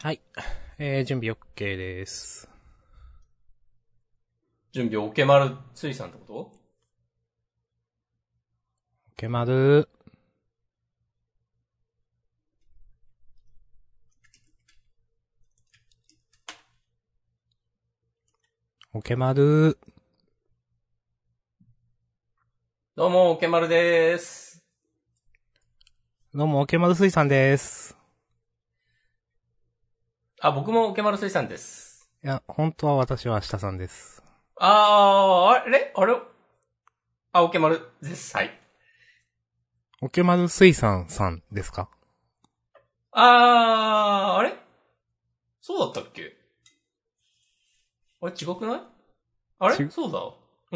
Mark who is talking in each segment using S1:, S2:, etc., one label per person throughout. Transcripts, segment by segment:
S1: はい。えー、準備 OK です。
S2: 準備、オケマル水産ってこと
S1: けまる。おけまる。
S2: どうも、オケマルでーす。
S1: どうも、おけまる水産です。
S2: あ、僕もオケマル水産です。
S1: いや、本当は私は下さんです。
S2: あー、あれあれあ、オケマルです。はい。
S1: おけまる水産さんですか
S2: あー、あれそうだったっけあれ、違くないあれ
S1: ち
S2: そうだ。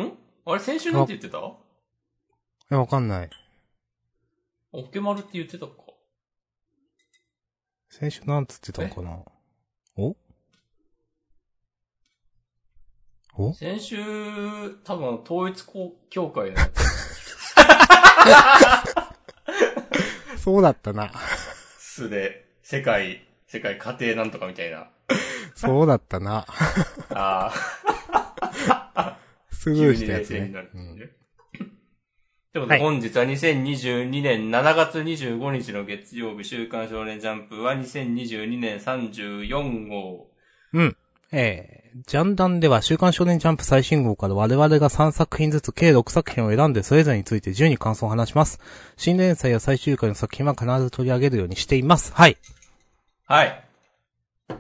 S2: んあれ、先週なんて言ってた
S1: いや、わかんない。
S2: オケマルって言ってたか。
S1: 先週なんつってたのかなおお
S2: 先週、多分、統一教会のやつ。
S1: そうだったな。
S2: 素で、世界、世界家庭なんとかみたいな。
S1: そうだったな。
S2: あ
S1: ス
S2: ー、
S1: ルー
S2: 急に
S1: したや
S2: 冷
S1: つ
S2: 静にな
S1: ね
S2: る。
S1: う
S2: っていうんね。ってこ
S1: は
S2: とで、
S1: い
S2: 本日は2022年7月25日の月曜日、週刊少年ジャンプは2022年34号。
S1: えー、ジャンダンでは週刊少年ジャンプ最新号から我々が3作品ずつ計6作品を選んでそれぞれについて自由に感想を話します。新連載や最終回の作品は必ず取り上げるようにしています。はい。
S2: はい。と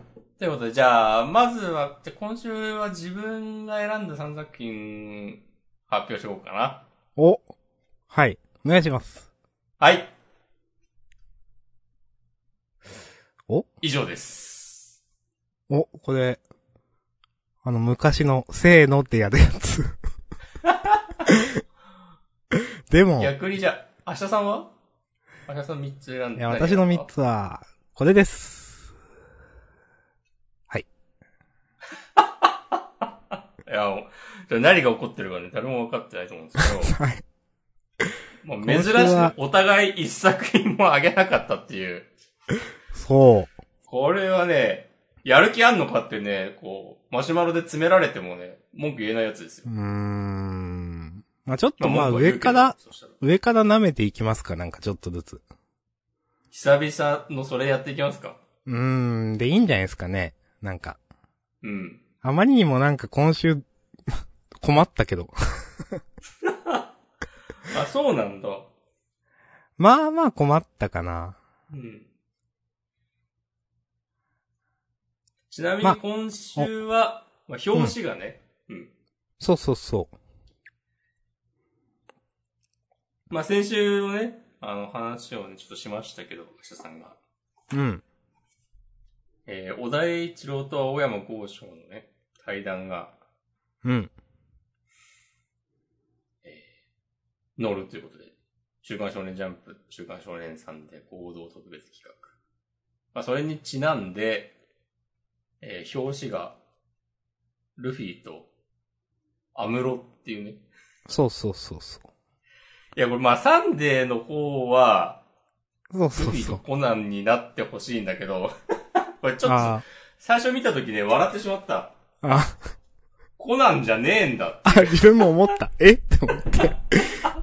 S2: いうことで、じゃあ、まずは、じゃあ今週は自分が選んだ3作品、発表しようかな。
S1: お。はい。お願いします。
S2: はい。
S1: お
S2: 以上です。
S1: お、これ、あの、昔の、せーのってやるやつ。 でも、いや、
S2: 逆にじゃあ、明日さんは明日さん3つ選んで。
S1: 私の
S2: 何選ん
S1: 3
S2: だ
S1: つは、これです。
S2: いや、もうちょ何が起こってるかね、誰も分かってないと思うんですけど、
S1: はい。
S2: まあ、
S1: 今
S2: 珍
S1: 週は
S2: しくお互い一作品もあげなかったっていう、
S1: そう。
S2: これはね、やる気あんのかってね、こう、マシュマロで詰められてもね、文句言えないやつですよ
S1: う。ーん。まあちょっと、ま
S2: ま
S1: あ
S2: 文句は言
S1: 上
S2: うけ
S1: か
S2: ど
S1: ら、
S2: そしたら
S1: 上から舐めていきますか、なんかちょっとずつ。
S2: 久々のそれやっていきますか
S1: うーん、でいいんじゃないですかね。なんか。
S2: うん。
S1: あまりにもなんか今週、 困ったけど。
S2: あ、そうなんだ。
S1: まあまあ困ったかな。
S2: うん。ちなみ
S1: ま
S2: に今週は、まあ、表紙がね、うん。
S1: そうそうそう。
S2: まあ、先週のね、あの話をね、ちょっとしましたけど、記者さんが。
S1: うん。
S2: えー、小田栄一郎と青山剛昌のね、対談が
S1: うん。
S2: 乗るということで、週刊少年ジャンプ、週刊少年さんで合同特別企画。まあ、それにちなんで、えー、表紙が、ルフィと、アムロっていうね。
S1: そうそうそうそ
S2: いや、これまあ、サンデーの方は、
S1: う。そう
S2: ル
S1: そ
S2: フ
S1: う
S2: ィ
S1: そ
S2: と
S1: う。
S2: コナンになってほしいんだけど、 これちょっと
S1: あ
S2: 最初見た時ね、笑ってしまった。
S1: あ、あ
S2: コナンじゃねえんだ。
S1: あ、自分も思った。えって思って。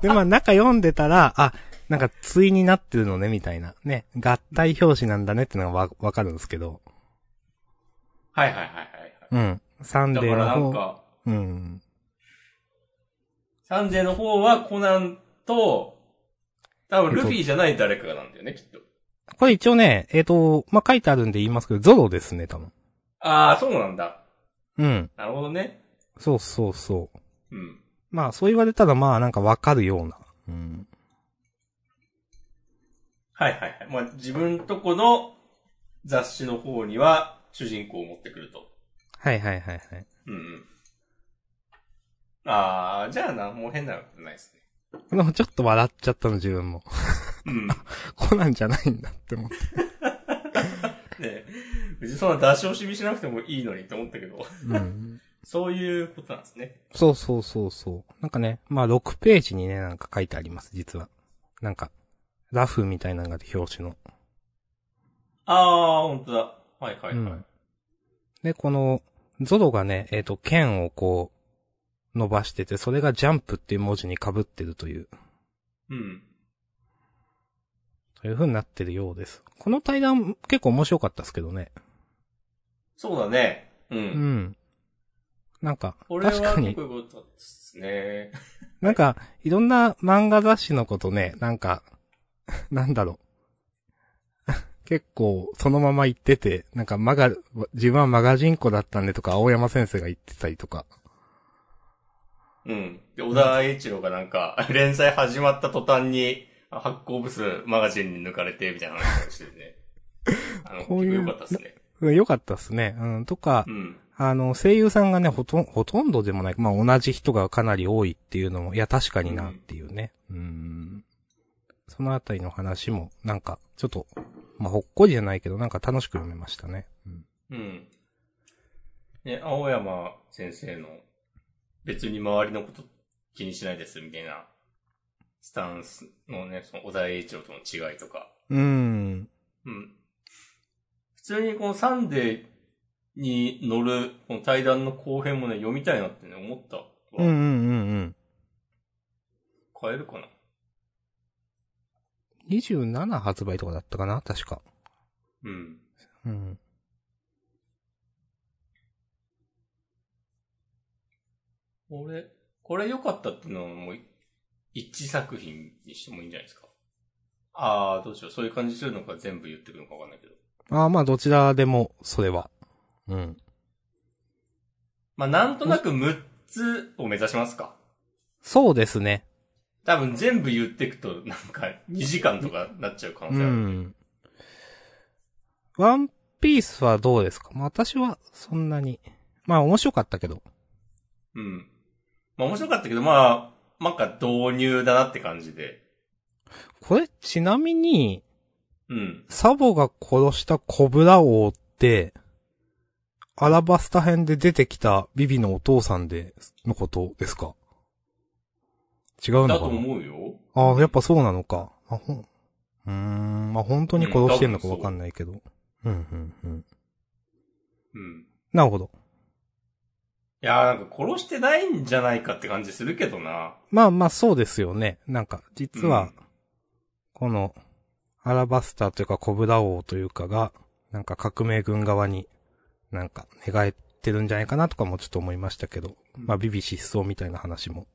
S1: で、まあ中読んでたら、あ、なんか対になってるのね、みたいな。ね。合体表紙なんだねってのがわ、わかるんですけど。
S2: はいはいはいはい
S1: うん。サン
S2: はい。
S1: デ
S2: だか
S1: ー
S2: ら
S1: の
S2: な
S1: 方。
S2: んか、
S1: うん。
S2: サンデーの方はコナンと、多分ルフィじゃない誰かなんだよね、きっと。
S1: これ一応ね、えっ、と、まあ、書いてあるんで言いますけど、ゾロですね、多分。
S2: ああ、そうなんだ。
S1: うん。
S2: なるほどね。
S1: そうそうそう。
S2: うん。
S1: まあ、そう言われたら、まあ、なんかわかるような。うん。
S2: はいはいはい。まあ自分とこの雑誌の方には主人公を持ってくると。
S1: はいはいはいはい。
S2: うんうん。ああ、じゃあな、もう変なことないですね。
S1: でも、ちょっと笑っちゃったの、自分も。
S2: うん。
S1: コナンじゃないんだって思って。
S2: ね別にそんな出し惜しみしなくてもいいのにって思ったけど、
S1: うん。
S2: そういうことなんですね。
S1: そうそうそうそう。なんかね、まあ、6ページにね、なんか書いてあります、実は。なんか、ラフみたいなのがあって表紙の。
S2: ああ、ほんとだ。はいはいはい。
S1: うんで、この、ゾロがね、えっ、と、剣をこう、伸ばしてて、それがジャンプっていう文字に被ってるという、
S2: うん。
S1: という風になってるようです。この対談結構面白かったですけどね。
S2: そうだね。う。
S1: うんん。なんか、
S2: これは
S1: 確かに
S2: 結構、良かったですね。
S1: なんか、いろんな漫画雑誌のことね、なんか、 なんだろう。 結構、そのまま言ってて、なんか、マガ、自分はマガジン子だったんでとか、青山先生が言ってたりとか。
S2: うん。で、小田栄一郎がなんか、連載始まった途端に、あ発行部数マガジンに抜かれて、みたいな話をして てね。あの、
S1: こういう
S2: 結構良かったですね。
S1: うんよかったっすね。うん、とか
S2: う、ん。
S1: あの、声優さんがね、ほとん、ほとんどでもない。まあ、同じ人がかなり多いっていうのも、いや、確かになっていうね。うん。そのあたりの話も、なんか、ちょっと、まあ、ほっこりじゃないけど、なんか楽しく読めましたね。うん。
S2: うん。ね、青山先生の、別に周りのこと気にしないです、みたいな、スタンスのね、その小田栄一郎との違いとか。
S1: うん。
S2: うん。普通にこのサンデーに乗る、この対談の後編もね、読みたいなってね、思ったわ。
S1: うんうんうんうん。
S2: 変えるかな
S1: 27発売とかだったかな確か。
S2: うん。
S1: うん。
S2: 俺、これ良かったっていうのはもう、一作品にしてもいいんじゃないですか。あー、どうしよう。そういう感じするのか全部言ってくるのかわかんないけど。
S1: ああ、まあ、どちらでも、それは。うん。
S2: まあ、なんとなく6つを目指しますか。
S1: そうですね。
S2: 多分全部言ってくと、なんか2時間とかなっちゃう可能
S1: う
S2: 性ある。
S1: ん。ワンピースはどうですかまあ、私は、そんなに。まあ、面白かったけど。
S2: うん。まあ面白かったけど、まあ、なんか導入だなって感じで。
S1: これ、ちなみに、
S2: うん。
S1: サボが殺したコブラ王って、アラバスタ編で出てきたビビのお父さんで、のことですか違う
S2: だ
S1: の
S2: と
S1: かな
S2: 思うよ。
S1: ああ、やっぱそうなのか。あ、ほん、うーん、まあ本当に殺してんのかわかんないけど。うん、うん、うん。
S2: うん。
S1: なるほど。
S2: いやーなんか殺してないんじゃないかって感じするけどな。
S1: まあまあそうですよね。なんか、実は、この、アラバスタというかコブラ王というかが、なんか革命軍側に、なんか、願えてるんじゃないかなとかもちょっと思いましたけど、まあビビ失踪みたいな話も、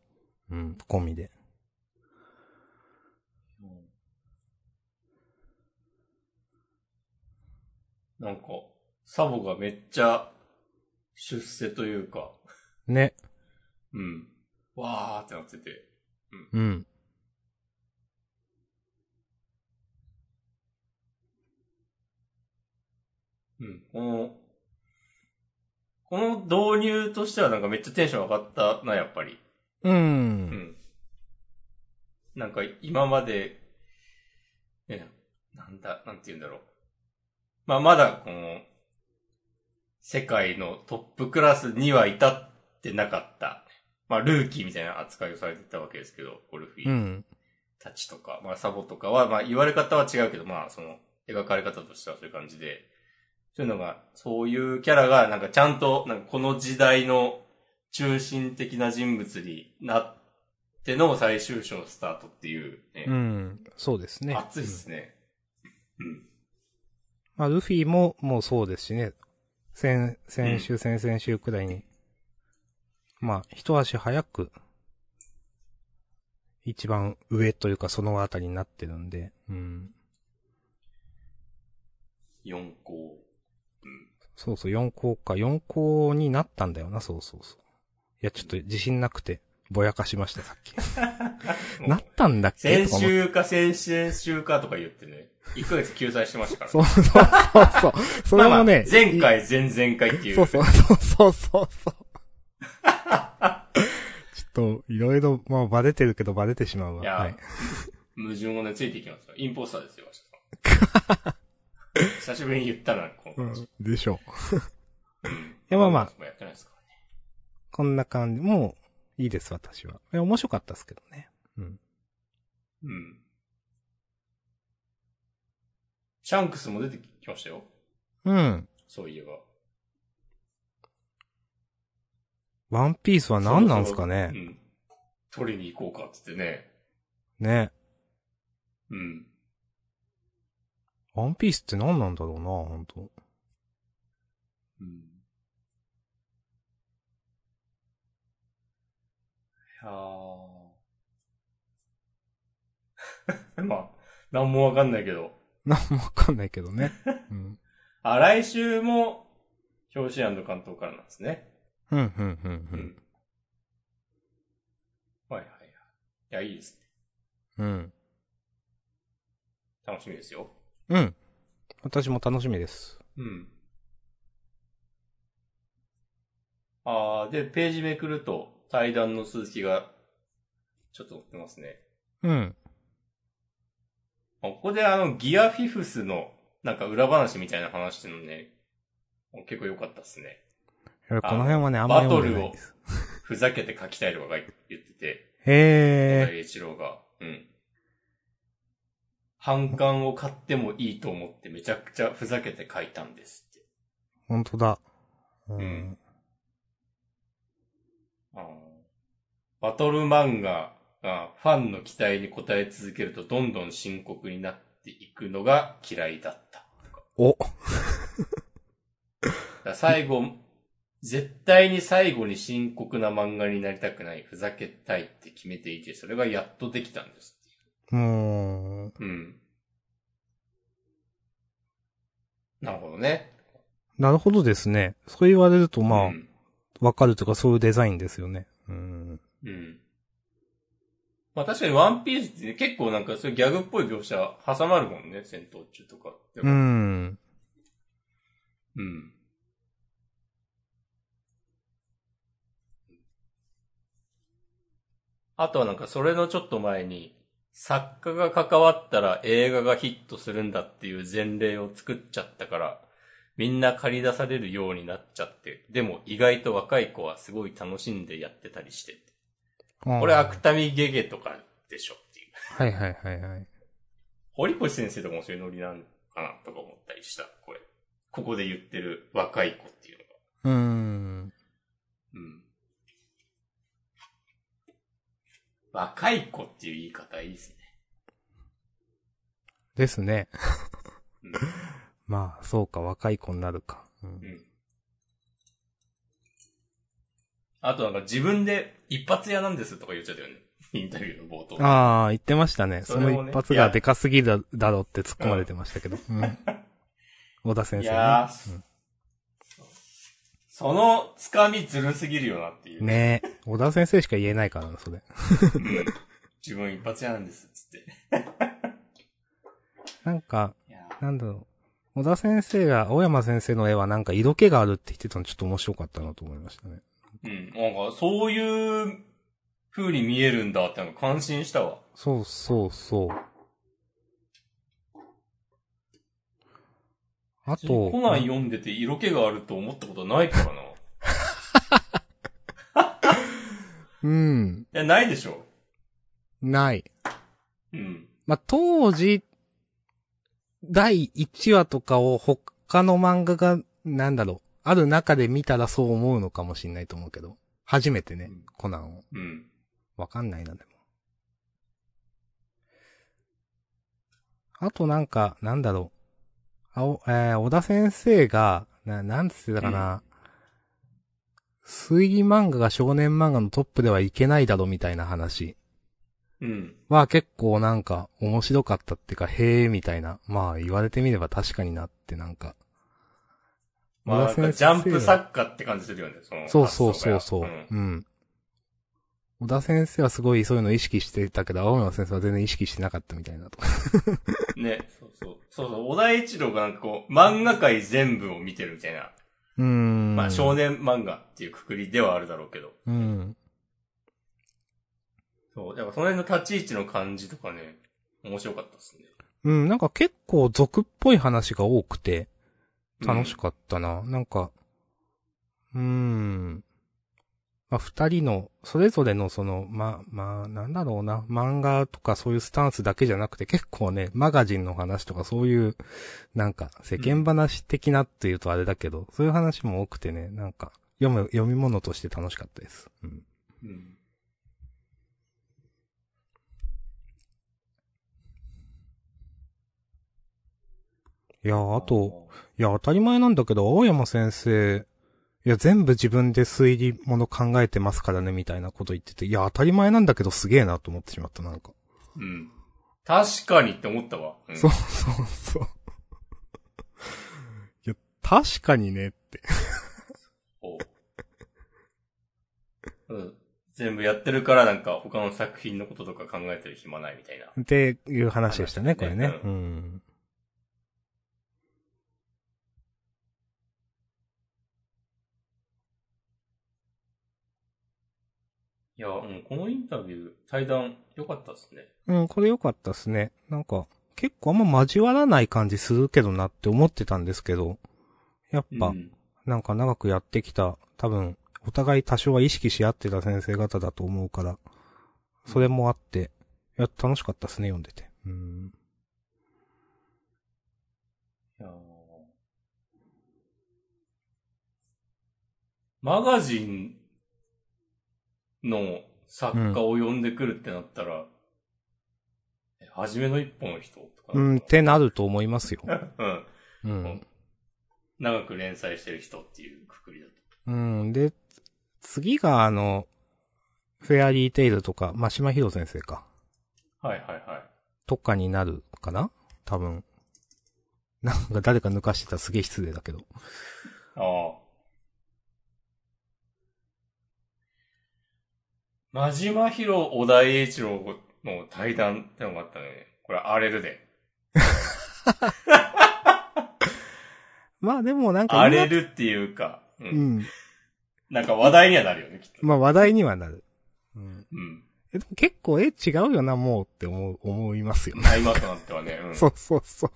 S1: うん、込みで。
S2: うん。なんか、サボがめっちゃ、出世というか、
S1: ね。
S2: うん。わーってなってて。
S1: うん。
S2: うん。この、この導入としてはなんかめっちゃテンション上がったな、やっぱり。
S1: う。
S2: うんん。なんか今まで、え、なんだ、なんて言うんだろう。まあまだこの、世界のトップクラスには至ってなかった。まあルーキーみたいな扱いをされてたわけですけど、ゴルフィ
S1: う
S2: ー
S1: ん。
S2: たちとか、まあサボとかは、まあ言われ方は違うけど、まあその、描かれ方としてはそういう感じで、そういうのが、そういうキャラがなんかちゃんと、なんかこの時代の中心的な人物になっての最終章スタートっていう、ね
S1: うん。そうですね。
S2: 熱いっすね。
S1: まあ、ルフィも、もうそうですしね。先、先週、先々週くらいに。まあ、一足早く、一番上というかそのあたりになってるんで、うん。
S2: 4校。
S1: そうそう、4校か、4校になったんだよな、そうそうそう。いや、ちょっと自信なくて、ぼやかしました、さっき。 なったんだっけ
S2: 先
S1: とか思って
S2: 週か先々週かとか言ってね、1ヶ月救済してましたから。
S1: そうそうそうそう。それも
S2: まあま
S1: ね
S2: あ、前回、前々回っていう。
S1: そうそうそうそうそう そう。ちょっと、いろいろ、まあ、バレてるけど、バレてしまうわ。
S2: いや、
S1: はい。
S2: 矛盾をね、ついていきますよ。インポスターです よ、明日久しぶりに言ったな、この話。
S1: でしょう。
S2: うん
S1: やまあまあ。
S2: もうやってないですからね。
S1: こんな感じ。もう、いいです、私は。いや、面白かったですけどね。うん。
S2: うん。シャンクスも出てきましたよ。
S1: うん。
S2: そういえば。
S1: ワンピースは何なんすかね
S2: そろそろうん。取りに行こうかっつってね。
S1: ね。
S2: うん。
S1: ワンピースって何なんだろうな、本当
S2: うん。いやー。 まあ、なんもわかんないけど。
S1: なんもわかんないけどね。うん。
S2: あ、来週も、表紙関東からなんですね。
S1: うん、うん、うん、
S2: はいはいはい。いや、いいですね。
S1: うん。うん。
S2: 楽しみですよ。
S1: うん。私も楽しみです。
S2: うん。あー、で、ページめくると、対談の続きが、ちょっと載ってますね。
S1: うん。
S2: あここであの、ギアフィフスの、なんか裏話みたいな話してるのね、結構良かったっすね。
S1: いやこの辺はね、あんまり
S2: バト
S1: 読んでな
S2: ル
S1: い
S2: を
S1: です。
S2: ふざけて書きたいとかが言ってて、小
S1: へ
S2: 田栄一郎が、うん。反感を買ってもいいと思ってめちゃくちゃふざけて書いたんですって。
S1: ー、本当だ。う
S2: うん
S1: ん。
S2: あのバトル漫画がファンの期待に応え続けるとどんどん深刻になっていくのが嫌いだった。
S1: お、
S2: だから最後、 絶対に最後に深刻な漫画になりたくない、ふざけたいって決めていて、それがやっとできたんですっていう。
S1: もう、
S2: うん。なるほどね。
S1: なるほどですね。そう言われると、まあ
S2: う、ん。
S1: わかるというか、そういうデザインですよね。うん。
S2: うん。まあ確かにワンピースって結構なんかそういうギャグっぽい描写挟まるもんね、戦闘中とか。で
S1: う
S2: も
S1: ん。
S2: うん。あとはなんかそれのちょっと前に、作家が関わったら映画がヒットするんだっていう前例を作っちゃったから、みんな借り出されるようになっちゃって、でも意外と若い子はすごい楽しんでやってたりして。これ
S1: は、
S2: 芥見ゲゲとかでしょっていう。
S1: はいはいはいはい。
S2: 堀越先生とかもそういうノリなんかなとか思ったりした、これ。ここで言ってる若い子っていうの
S1: う
S2: が。
S1: ん。
S2: うん。若い子っていう言い方いいですね。
S1: ですね。
S2: うん。
S1: まあ、そうか、若い子になるか。うん
S2: うんあとなんか自分で一発屋なんですとか言っちゃったよね。インタビューの冒頭。
S1: ああ、言ってましたね。
S2: そ
S1: そ
S2: れをね
S1: の一発がでかすぎるだろうって突っ込まれてましたけど。うん。小田先
S2: い
S1: 生
S2: や
S1: ね
S2: ー、そのつかみずるすぎるよなっていう。
S1: うん。ねえ。小田先生しか言えないからな、それ。
S2: うん自分一発屋なんです、つって。
S1: なんか、
S2: いや
S1: なんだろう。小田先生が、青山先生の絵はなんか色気があるって言ってたのちょっと面白かったなと思いましたね。
S2: うん。なんか、そういう風に見えるんだってなんか感心したわ。
S1: そうそうそう。あ
S2: 別に
S1: と、
S2: コナン読んでて色気があると思ったことないからな。い
S1: うん、
S2: や、ないでしょ。
S1: ない。
S2: うん。
S1: まあ、当時、第1話とかを他の漫画が、なんだろう、ある中で見たらそう思うのかもしんないと思うけど。初めてね
S2: うん、
S1: コナンを。
S2: うん。
S1: わかんないな、でも。あとなんか、なんだろう。あお、えー、小田先生が、な、なんつってたかな。推理漫画が少年漫画のトップではいけないだろ、みたいな話
S2: うん。
S1: は結構なんか面白かったっていうか、へえ、みたいな。まあ言われてみれば確かになってなんか。
S2: まあ、なんかジャンプ作家って感じするよね、その。
S1: そうそうそう
S2: 発想
S1: そう。
S2: が
S1: う。ん。小田先生はすごいそういうの意識してたけど、青山先生は全然意識してなかったみたいなとか。
S2: うんね。そうそう。そうそう。小田栄一郎がなんかこう、漫画界全部を見てるみたいな。
S1: うーん。
S2: まあ、少年漫画っていうくくりではあるだろうけど。
S1: うん。
S2: そう。だからその辺の立ち位置の感じとかね、面白かったですね。
S1: うん、なんか結構俗っぽい話が多くて、楽し
S2: く
S1: かったな。なんか、うーん。まあ、二人の、それぞれのその、まあ、まあ、なんだろうな、漫画とかそういうスタンスだけじゃなくて、結構ね、マガジンの話とかそういう、なんか、世間話的なっていうとあれだけど、そういう話も多くてね、なんか、読む、読み物として楽しかったです。うん。
S2: うん。
S1: いやー、あと、、いや、当たり前なんだけど、青山先生、いや、全部自分で推理もの考えてますからね、みたいなこと言ってて、いや、当たり前なんだけど、すげえなと思ってしまった、なんか。
S2: うん。確かにって思ったわ。うん
S1: そうそうそう。 いや、確かにねって。
S2: こううん全部やってるからなんか他の作品のこととか考えてる暇ないみたいな。
S1: っていう話でしたね、これね。う。
S2: うんいや、うん、このインタビュー、対談良かったですね。
S1: うん、これ良かったっすね。なんか、結構あんま交わらない感じするけどなって思ってたんですけど、やっ
S2: う
S1: ぱ、
S2: ん。
S1: なんか長くやってきた、多分、お互い多少は意識し合ってた先生方だと思うから、それもあって、いや、楽しかったですね、読んでて。うん。
S2: いやーマガジンの作家を呼んでくるってなったら、え初めの一歩の人とか。
S1: うん、ってなると思いますよ。
S2: うん。
S1: うん。
S2: 長く連載してる人っていうくくりだと。
S1: うん、で、次があの、フェアリーテイルとか、まあ、島博先生か。
S2: はいはいはい。
S1: とかになるかな多分。なんか誰か抜かしてたらすげえ失礼だけど。
S2: ああ。真島博小田栄一郎の対談ってのがあったのよね。これ荒れるで。
S1: まあでもなんか
S2: 荒
S1: 今
S2: れるっていうか、う。
S1: うんん。
S2: なんか話題にはなるよね、きっと。
S1: まあ話題にはなる。うん。
S2: うん。
S1: えでも結構、え、違うよな、もうって思う、思いますよね。
S2: まあ今となってはね。うん、
S1: そうそうそう。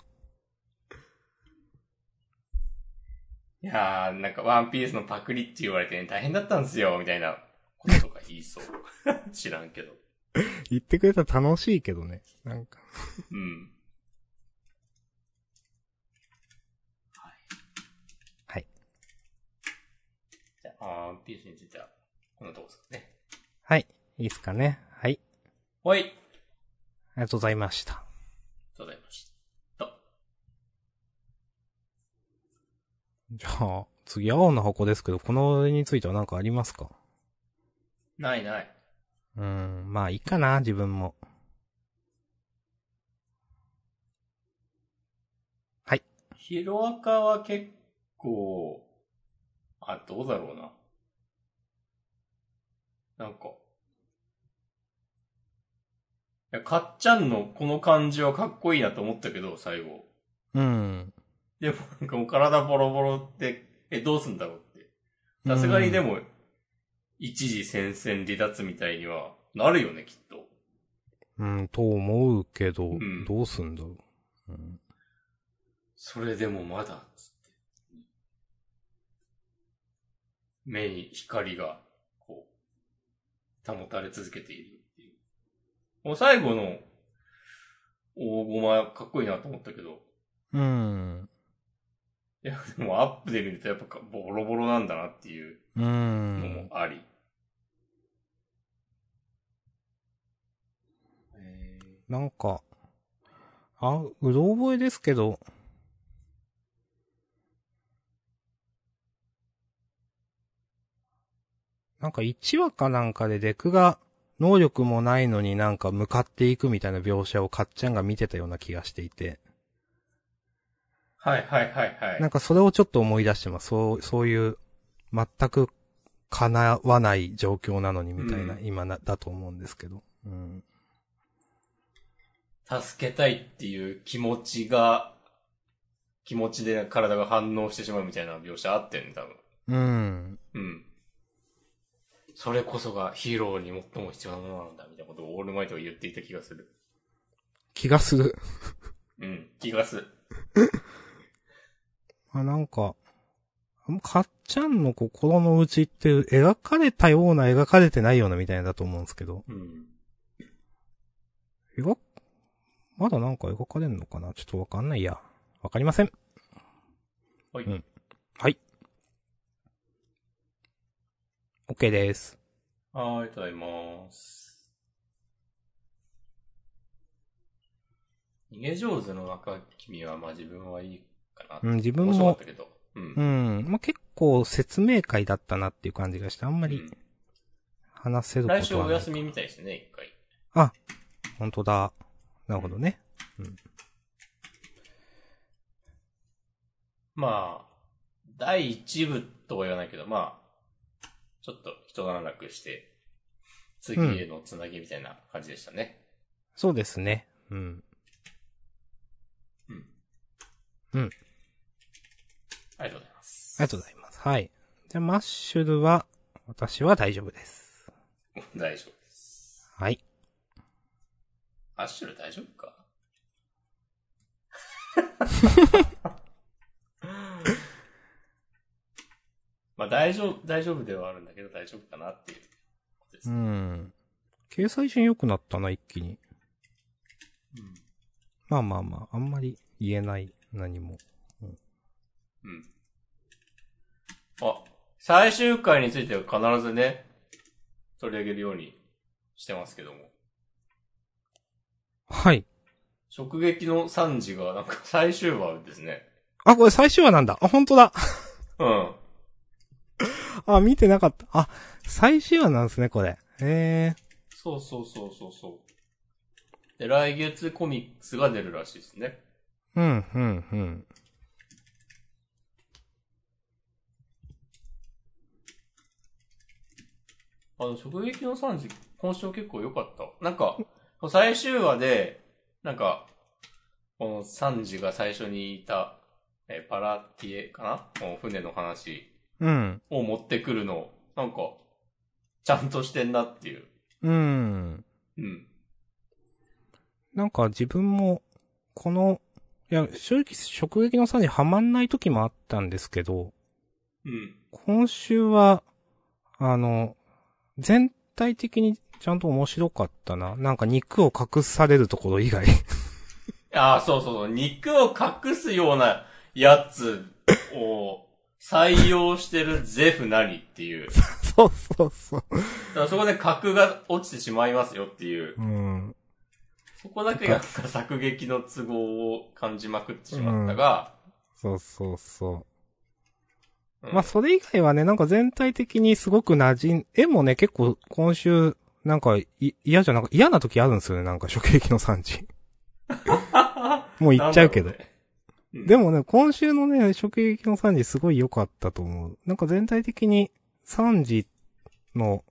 S2: いやー、なんかワンピースのパクリって言われてね、大変だったんですよ、みたいなこととか言いそう。 知らんけど。
S1: 言ってくれたら楽しいけどね。なんか。
S2: うん。
S1: は
S2: はいい。じゃあ、ワンピースについては、こんなとこですかね。
S1: はい。いいっすかね。はい。
S2: はい。あり
S1: ありがとうございました。
S2: がとうございました。
S1: じゃあ、次、青の箱ですけど、このについては何かありますか
S2: ないない。
S1: うん、まあいいかな、自分も。
S2: ヒロアカは結構、あ、どうだろうな。なんか。いや、かっちゃんのこの感じはかっこいいなと思ったけど、最後。
S1: うん。
S2: でもなんかもう体ボロボロって、え、どうすんだろうって。さすがにでも、一時戦線離脱みたいには、なるよね、きっと。
S1: うん。うん、と思うけど、
S2: ん
S1: どうすんだろう。うん、
S2: それでもまだ、つって。目に光が、こう、保たれ続けているっていう。もう最後の、大駒かっこいいなと思ったけど、
S1: うん。
S2: いや、でもアップで見るとやっぱかボロボロなんだなっていう
S1: う
S2: の
S1: ん
S2: も。あり。えー
S1: なんか、あ、うろ覚えですけど、なんか1話かなんかでデクが能力もないのになんか向かっていくみたいな描写をかっちゃんが見てたような気がしていて、
S2: はいはいはいはい。
S1: なんかそれをちょっと思い出してます。そう、そういう全く叶わない状況なのにみたいな、
S2: うん
S1: 今な、だと思うんですけど。うん。
S2: 助けたいっていう気持ちが、気持ちで体が反応してしまうみたいな描写あってね、多分。
S1: うん。
S2: うん。それこそがヒーローに最も必要なものなんだ、みたいなことをオールマイトが言っていた気がする。
S1: 気がする。
S2: うん。気がする。
S1: まあなんか、かっちゃんの心の内って描かれたような描かれてないようなみたいなだと思うんですけど。
S2: うん。
S1: 描、まだなんか描かれんのかなちょっとわかんないや。わかりません。
S2: はい。
S1: うん OK です。
S2: はーい、ただいます。逃げ上手の若君は、まあ自分はいいかな。
S1: うん、自分
S2: 面白かっ
S1: も
S2: た、けど。うん。
S1: う
S2: あん
S1: ん、まあ、結構説明会だったなっていう感じがして、あんまり話せることは
S2: 来
S1: ない。
S2: 週お休みみたいですね、一回。
S1: 本当だ。なるほどね。うん。
S2: まあ、第一部とは言わないけど、まあ、ちょっと一段落して、次へのつなぎみたいな感じでしたね。
S1: そうですね。うん。
S2: うん。
S1: うん。
S2: ありがとうございます。
S1: ありがとうございます。はい。じゃあ、マッシュルは、私は大丈夫です。
S2: 大丈夫です。
S1: はい。
S2: アッシュル大丈夫 かまあ大丈夫、大丈夫ではあるんだけど大丈夫かなっていうことです
S1: う
S2: ね。
S1: ん。掲載順良くなったな、一気に。
S2: うん
S1: まあまあまあ、あんまり言えない、何も。
S2: うん。あ、最終回については必ずね、取り上げるようにしてますけども。
S1: はい。
S2: 直撃の惨事が、なんか最終話ですね。
S1: あ、これ最終話なんだ。あ、本当だ。
S2: うん。
S1: あ、見てなかった。あ、最終話なんですね、これ。え
S2: そうそうそうそうそう。で、来月コミックスが出るらしいですね。
S1: ー。うん、うん、うん。
S2: あの、直撃の惨事、今週結構良かった。なんか、最終話で、なんか、この惨事が最初にいた、えーパラティエかなこの船の話
S1: うん。
S2: を持ってくるの、なんか、ちゃんとしてんなっていう。
S1: うん。
S2: うん。
S1: なんか自分も、この、いや、正直、直撃の差にはまんない時もあったんですけど、
S2: うん。
S1: 今週は、あの、全体的にちゃんと面白かったな。なんか肉を隠されるところ以外。
S2: ああ、そうそうそう。肉を隠すようなやつを採用してるゼフなりって いう。だ
S1: そうそうそう。
S2: からそこで格が落ちてしまいますよっていう。
S1: うん。
S2: そこだけ がなんか作劇の都合を感じまくってしまったが、
S1: そうそうそう。
S2: うん
S1: まあ、それ以外はね、なんか全体的にすごく馴染ん、絵もね、結構今週、なんかい、嫌じゃなく、嫌な時あるんですよね、なんか、直撃の産 地。もう言っちゃうけど
S2: なん。だろうね
S1: でもね、今週のね、食撃の3時すごい良かったと思う。なんか全体的に3時の、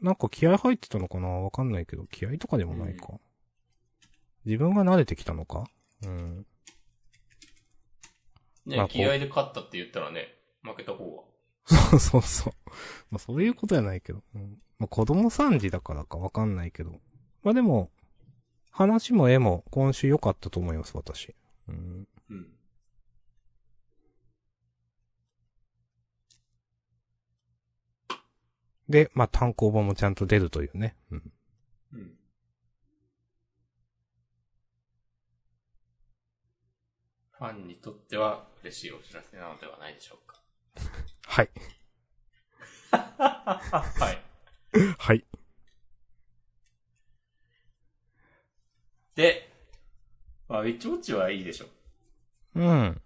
S1: なんか気合入ってたのかなわかんないけど、気合とかでもないか。自分が慣れてきたのかうん。
S2: ね、
S1: まあこう
S2: 気合で勝ったって言ったらね、負けた方は。
S1: そうそうそう。まあそういうことじゃないけど。うん、まあ子供3時だからかわかんないけど。まあでも、話も絵も今週良かったと思います、私。うん。
S2: うん。
S1: で、まあ単行本もちゃんと出るというね。うん。
S2: うん。ファンにとっては嬉しいお知らせなのではないでしょうか。
S1: はい。
S2: はい。
S1: はい。
S2: で、まあ、ウィッチウォッチはいいでしょう。
S1: うん。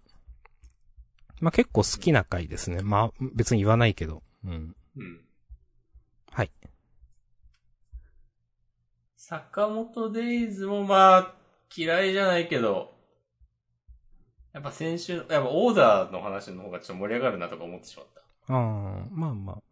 S1: まあ、結構好きな回ですね。まあ、別に言わないけど。うん。
S2: うん。
S1: はい。
S2: 坂本デイズもまあ、嫌いじゃないけど、やっぱ先週の、やっぱオーダーの話の方がちょっと盛り上がるなとか思ってしまった。
S1: ああ、まあまあ。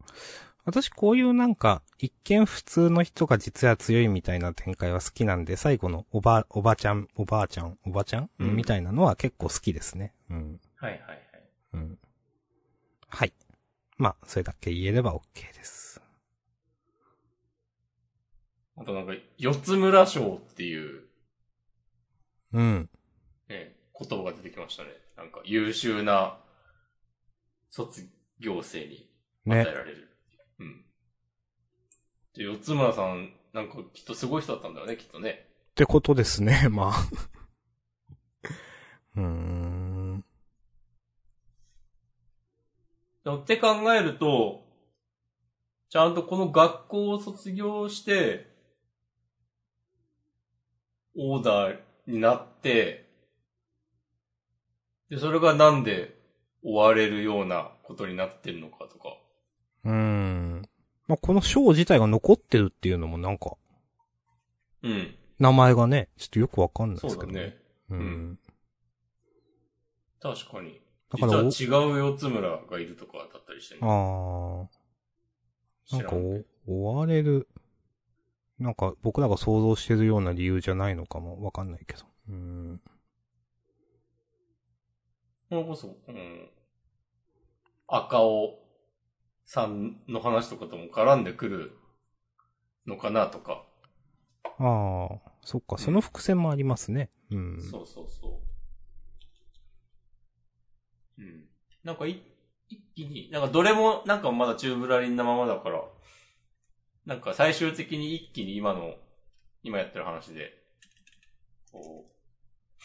S1: 私、こういうなんか、一見普通の人が実は強いみたいな展開は好きなんで、最後のおば、おばちゃん、おばあちゃん、おばちゃん、
S2: うん
S1: みたいなのは結構好きですね。うん。
S2: はいはいはい。
S1: うん。はい。まあ、それだけ言えれば OK です。
S2: あとなんか、四つ村賞っていう、
S1: うん。
S2: ね、言葉が出てきましたね。なんか優秀な卒業生に与
S1: ね。
S2: えられる。うん。で、四つ村さん、なんかきっとすごい人だったんだよね、きっとね。
S1: ってことですね、 まあ。 うーん。
S2: でもって考えると、ちゃんとこの学校を卒業して、オーダーになって、で、それがなんで追われるようなことになってるのかとか。
S1: うーん。まあ、この章自体が残ってるっていうのもなんか、
S2: うん。
S1: 名前がね、ちょっとよくわかんないで
S2: そう
S1: す
S2: だ
S1: けど
S2: ね。。
S1: う。
S2: うん確かに。
S1: だ
S2: 実
S1: から
S2: は
S1: お、
S2: 違う四つ村がいるとかだったりしてね。
S1: あー。なん
S2: 知ら
S1: か
S2: んけ
S1: お
S2: ど、
S1: 追われる、なんか僕らが想像してるような理由じゃないのかもわかんないけど。うーん。
S2: それこそ、うん。赤尾さんの話とかとも絡んでくるのかなとか。
S1: ああ、そっか、その伏線もありますね。うん。
S2: そうそうそう。うん。なんかい、一気に、なんかどれもなんかまだ宙ぶらりんなままだから、なんか最終的に一気に今の、今やってる話で、こう、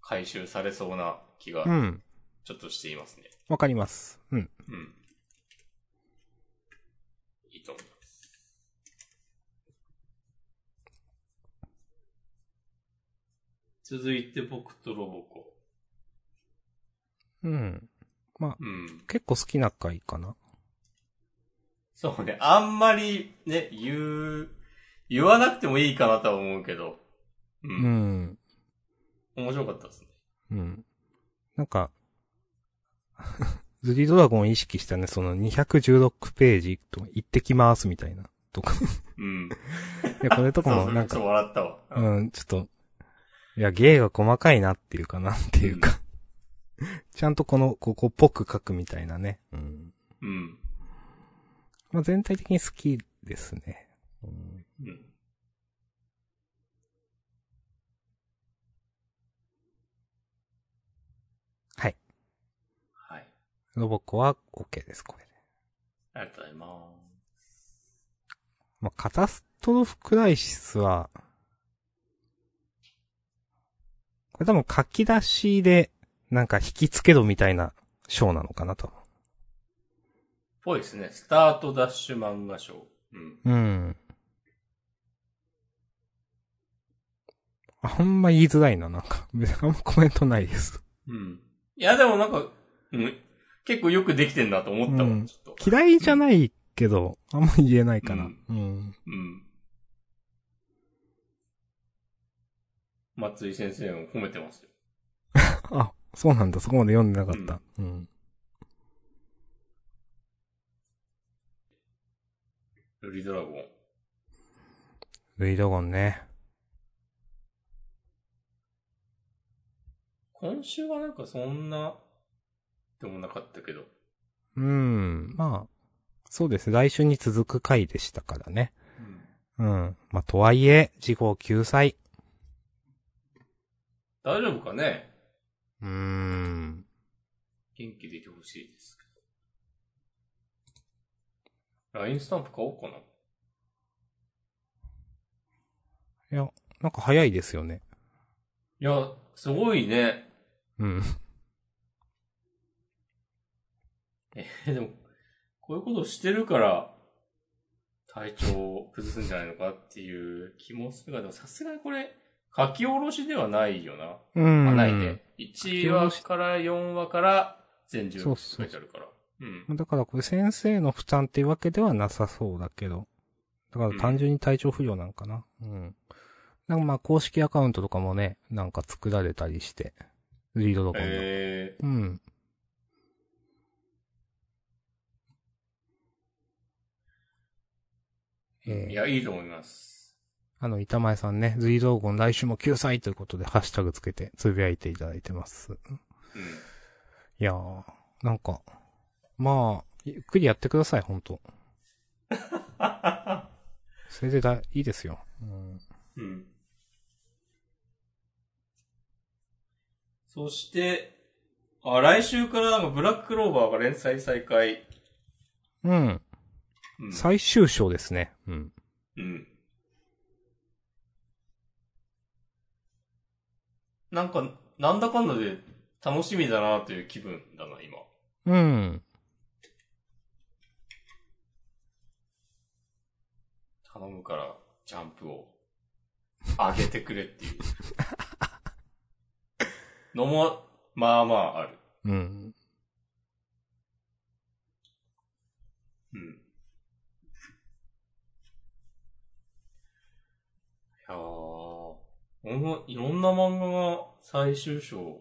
S2: 回収されそうな気が
S1: うん。
S2: ちょっとしていますね。
S1: わかります。うん。
S2: うん。いいと思います。続いて僕とロボコ。
S1: うん。
S2: うん。
S1: 結構好きな回かな。
S2: そうね、あんまりね、言う、言わなくてもいいかなとは思うけど。
S1: う
S2: う。
S1: んん。
S2: 面白かったですね。
S1: うん。なんか、 ズリドラゴンを意識したね、その216ページと、行ってきますみたいな、とか。
S2: うん。
S1: いや、これと
S2: そ
S1: か
S2: う
S1: も
S2: そ
S1: な
S2: れ
S1: ん
S2: ちょっ
S1: か、
S2: と笑ったわ。うん
S1: うん、ちょっと、いや、芸が細かいなっていうかなっていうか、ちゃんとこの、ここっぽく書くみたいなね。うん。
S2: うん。
S1: まあ、全体的に好きですね。うん
S2: うん。
S1: はい。
S2: はい。
S1: ロボコは OK です、これで。
S2: ありがとうございます。
S1: まあ、カタストロフクライシスは、これ多分書き出しで、なんか引きつけろみたいな章なのかなと。
S2: ぽいですね。スタートダッシュ漫画賞。うん。
S1: うん。あんま言いづらいな、なんか。 別にあんまコメントないです。
S2: うん。いや、でもなんか、うん、結構よくできてんなと思ったわ、
S1: うん
S2: ちょっと。
S1: 嫌いじゃないけど、あんま言えないか
S2: う。
S1: なんうん。
S2: うん。松井先生を褒めてますよ。
S1: あ、そうなんだ、そこまで読んでなかった。うん。
S2: ルリドラゴン。
S1: ルイドゴンね。
S2: 今週はなんかそんな、でもなかったけど。
S1: うん、まあ、そうです。来週に続く回でしたからね。
S2: うん。
S1: うん。まあ、とはいえ、事故救済。
S2: 大丈夫かね
S1: うーん。
S2: 元気でいてほしいですけど。LINE スタンプ買おうかな。
S1: いや、なんか早いですよね。
S2: いや、すごいね。
S1: うん。
S2: え、でも、こういうことをしてるから、体調を崩すんじゃないのかっていう気もするが、でもさすがにこれ、書き下ろしではないよな。
S1: うん。
S2: あ、ないね。
S1: き
S2: 1
S1: 下ろ
S2: 話
S1: し
S2: から4話から全10
S1: そ
S2: 話
S1: うそう
S2: 書いてあるから。うん。
S1: だからこれ先生の負担っていうわけではなさそうだけど。だから単純に体調不良なんかな。うん。なんかまあ公式アカウントとかもね、なんか作られたりして。リードドコンの。
S2: え
S1: うん。え
S2: ー、
S1: ー
S2: いや、いいと思います。
S1: あの、板前さんね、ズイドーゴン来週も救済ということで、ハッシュタグつけて、つぶやいていただいてます。
S2: うん。
S1: いやー、なんか、まあ、ゆっくりやってください、ほんと。それでだ、いいですよ。うん。
S2: うん。そして、あ、来週からなんかブラッククローバーが連載再開。
S1: うん。
S2: うん。
S1: 最終章ですね。うん。
S2: うん。なんか、なんだかんだで楽しみだなという気分だな、今。
S1: うん。
S2: 頼むから、ジャンプを、上げてくれっていう。のも、まあまあある。
S1: うん。
S2: うん。いやー、このいろんな漫画が最終章。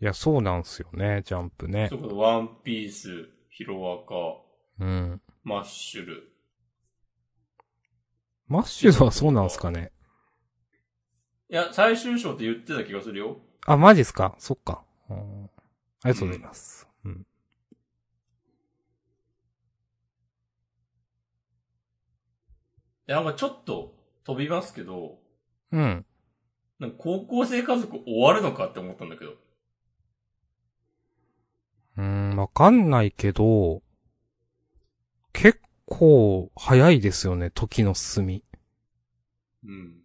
S1: いや、そうなんすよね、ジャンプね
S2: そ。ういうことワンピース、ヒロアカ、
S1: うん。
S2: マッシュル。
S1: マッシュルはそうなんすかね。
S2: いや、最終章って言ってた気がするよ。
S1: あ、マジっすかそっか。うんありがとうございます。うん。
S2: いや、なんかちょっと飛びますけど、
S1: うん。
S2: なんか高校生家族終わるのかって思ったんだけど。
S1: うーん、わかんないけど、結構早いですよね、時の進み。
S2: うん。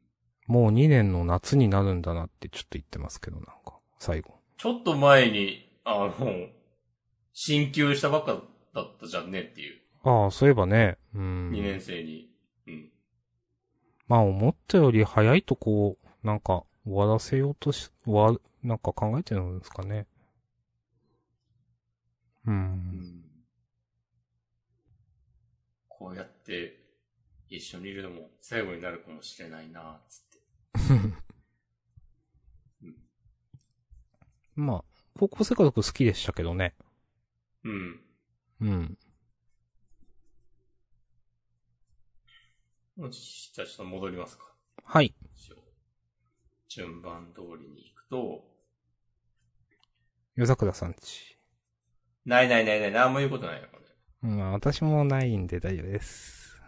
S1: もう2年の夏になるんだなってちょっと言ってますけど、なんか、最後。
S2: ちょっと前に、あの、進級したばっかだったじゃんねっていう。
S1: ああ、そういえばね、うん。
S2: 2年生に。うん。
S1: まあ思ったより早いとこう、なんか、終わらせようとし、終わる、なんか考えてるんですかね。う。
S2: うん んこうやって、一緒にいるのも最後になるかもしれないな、つって。
S1: まあ、高校生活好きでしたけどね。
S2: うん。
S1: うん。
S2: もうじゃあちょっと戻りますか。
S1: はい。
S2: 一応順番通りに行くと、
S1: 夜桜さんち。
S2: ないないないない、何も言うことないよ、これ。
S1: うん、私もないんで大丈夫です。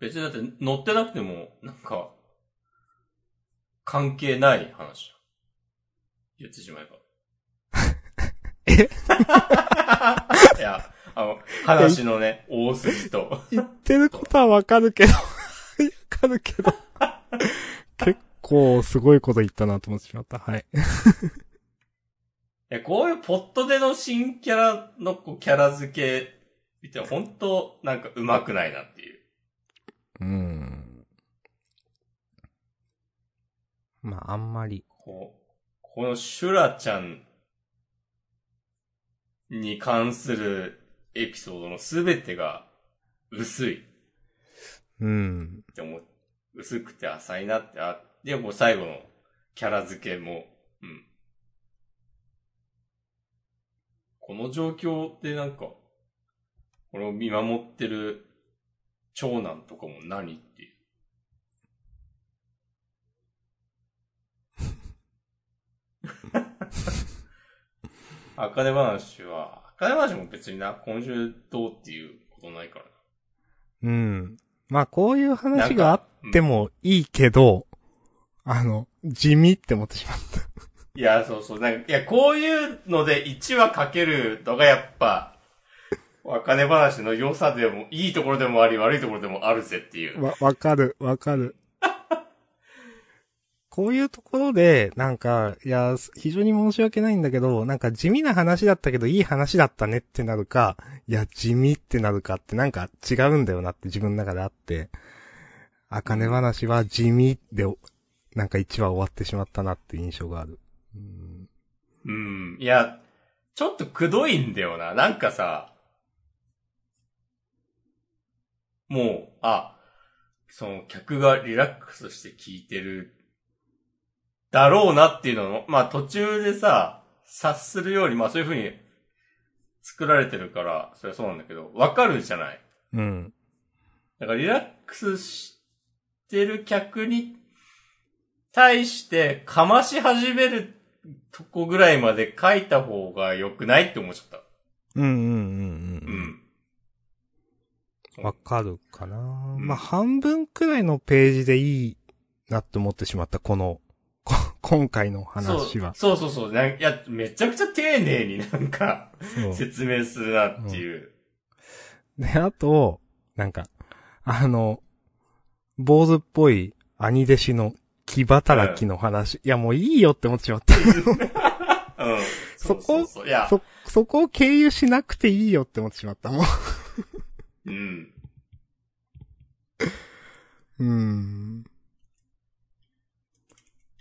S2: 別にだって乗ってなくても、なんか、関係ない話。言ってしまえば。え いや、あの、話のね、大筋と。
S1: 言ってることはわかるけど、わ かるけど。 結構すごいこと言ったなと思ってしまった。はい。
S2: え、こういうポットでの新キャラのこうキャラ付け、みたいな、本当なんか上手くないなっていう。
S1: うん。まあ、あんまり。
S2: こう、このシュラちゃんに関するエピソードのすべてが薄い
S1: うん。
S2: って思う。薄くて浅いなって、あ、で、もう最後のキャラ付けも、うん。この状況でなんか、これを見守ってる長男とかも何っていう。あかね話は、あかね話も別にな、今週どうっていうことないから
S1: うん。まあ、こういう
S2: な。なん
S1: 話
S2: か
S1: があっ
S2: うん
S1: てもいいけど、あの、地味って思ってしまった。
S2: いや、そうそう。なんか、いや、こういうので1話かけるのがやっぱ、お金話の良さでも、いいところでもあり、悪いところでもあるぜっていう。
S1: わ、わかる、わかる。こういうところで、なんか、いや、非常に申し訳ないんだけど、なんか地味な話だったけどいい話だったねってなるか、いや、地味ってなるかってなんか違うんだよなって自分の中であって、あかね話は地味で、なんか一話終わってしまったなって印象がある。うん
S2: うん。いや、ちょっとくどいんだよな。なんかさ、もう、あ、その客がリラックスして聞いてる、だろうなっていうのも、まあ途中でさ、察するように、まあそういう風に作られてるから、それはそうなんだけど、わかるじゃない。
S1: うん。
S2: だからリラックスしてる客に対してかまし始めるとこぐらいまで書いた方が良くないって思っちゃっ
S1: うんうんう
S2: た。うん
S1: うん。
S2: ん。
S1: わかるかな、
S2: ん
S1: まあ、半分くらいのページでいいなって思ってしまった、この、こ今回の話は。
S2: そうそうそうそうなん。いや、めちゃくちゃ丁寧になんか
S1: そう
S2: 説明するなっていう。
S1: で、あと、なんか、あの、坊主っぽい兄弟子の木働きの話。いや、もういいよって思ってしまった。
S2: うん。
S1: そう
S2: そうそういや、
S1: そ、そこを経由しなくていいよって思ってしまった。も
S2: うん。
S1: う。うーん。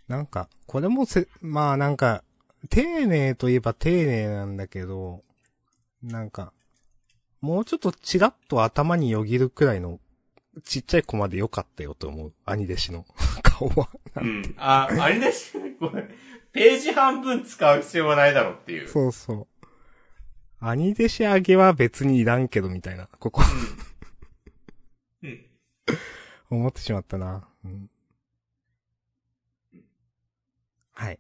S1: なんか、これもせ、まあなんか、丁寧といえば丁寧なんだけど、なんか、もうちょっとチラッと頭によぎるくらいの、ちっちゃい子まで良かったよと思う。兄弟子の 顔は。
S2: うん。あ、あれだし、これ、ページ半分使う必要はないだろうっていう。
S1: そうそう。兄弟子あげは別にいらんけどみたいな、ここ
S2: うん。うん。
S1: 思ってしまったな。うん。はい。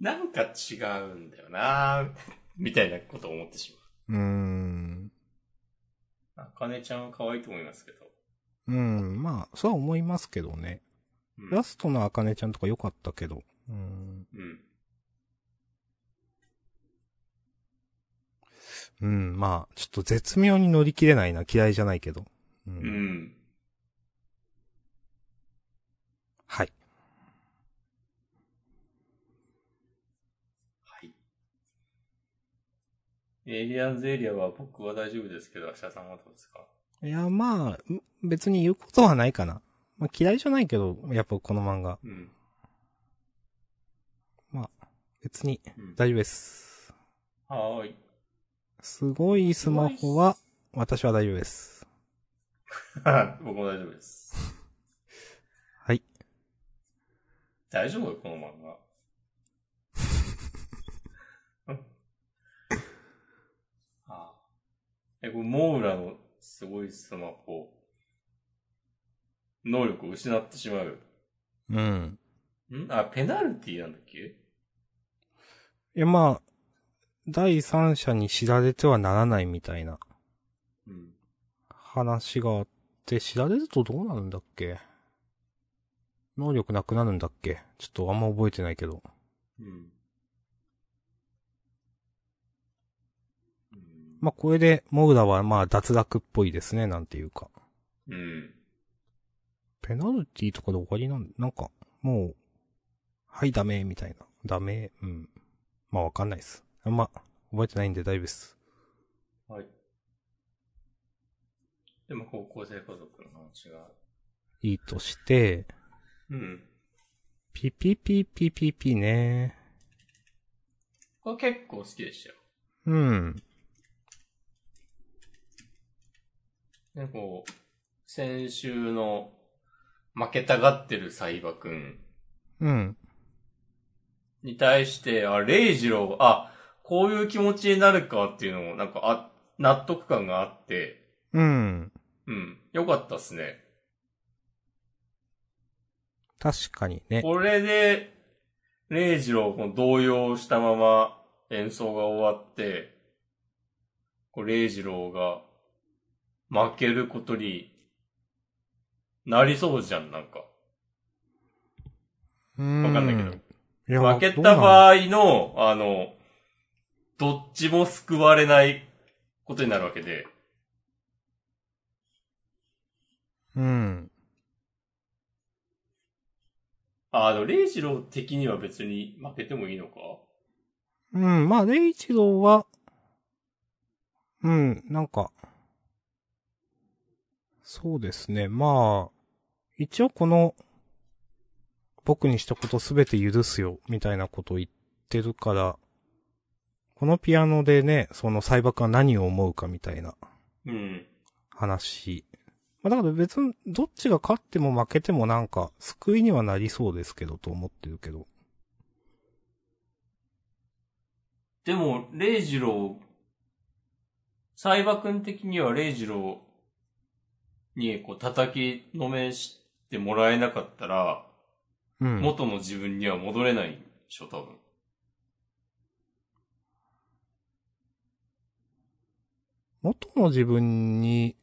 S2: なんか違うんだよなみたいなことを思ってし
S1: うーん。
S2: まう。あかねちゃんは可愛いと思いますけど。
S1: うん、まあ、そうは思いますけどね。
S2: うん
S1: ラストのあかねちゃんとか良かったけど。うん。
S2: うん。
S1: うん、まあ、ちょっと絶妙に乗り切れないな。嫌いじゃないけど。う。
S2: うんん。
S1: はい。
S2: はい。エイリアンズエリアは僕は大丈夫ですけど、明日さんはどうですか
S1: いや、まあ、ん別に言うことはないかな。まあ、嫌いじゃないけど、やっぱこの漫画。
S2: うん。
S1: まあ、別に
S2: うん、
S1: 大丈夫です。
S2: はー い。
S1: すごいスマホは、私は大丈夫です。
S2: 僕も大丈夫です。
S1: はい。
S2: 大丈夫この 漫画。ああえ、これ、モーラのすごいスマホ、能力を失ってしまう。
S1: うん。
S2: んあ、ペナルティなんだっけ
S1: いや、まあ、第三者に知られてはならないみたいな
S2: うん。
S1: 話があって、知られるとどうなるんだっけ能力なくなるんだっけちょっとあんま覚えてないけど。
S2: うん。うん
S1: まあ、これで、モグラはまあ、脱落っぽいですね、なんていうか。
S2: うん。
S1: ペナルティとかで終わりなん、なんか、もう、はい、ダメ、みたいな。ダメ、うん。まあ、わかんないです。あんま、覚えてないんで大丈夫です。
S2: はい。でも、高校生家族の話が。
S1: いいとして、
S2: うん。
S1: ピピピピピピね。
S2: これ結構好きでしたよ。
S1: うん。
S2: なんかこう、先週の負けたがってるサイバくん
S1: うん。
S2: に対して、あ、レイジロー、あ、こういう気持ちになるかっていうのも、なんか、あ、納得感があって、
S1: うん。
S2: うん、よかったっすね。
S1: 確かにね。
S2: これで、レイジロー、この動揺したまま演奏が終わって、こうレイジローが負けることになりそうじゃん、なんか。
S1: う
S2: わかんないけど。
S1: いや
S2: 負けた場合の、あの、どっちも救われないことになるわけで、
S1: どうなのうん。
S2: ああの、レイジロー的には別に負けてもいいのか
S1: うん。まあ、レイチローは、うん、なんか、そうですね。まあ、一応この、僕にしたことすべて許すよ、みたいなことを言ってるから、このピアノでね、その裁判官は何を思うかみたいな
S2: うん。
S1: 話。まあだから別に、どっちが勝っても負けてもなんか、救いにはなりそうですけど、と思ってるけど。
S2: でも、レイジロー、サイバ君的にはレイジローにこう叩きのめしてもらえなかったら、
S1: うん。
S2: 元の自分には戻れないでしょ、多分。
S1: 元の自分に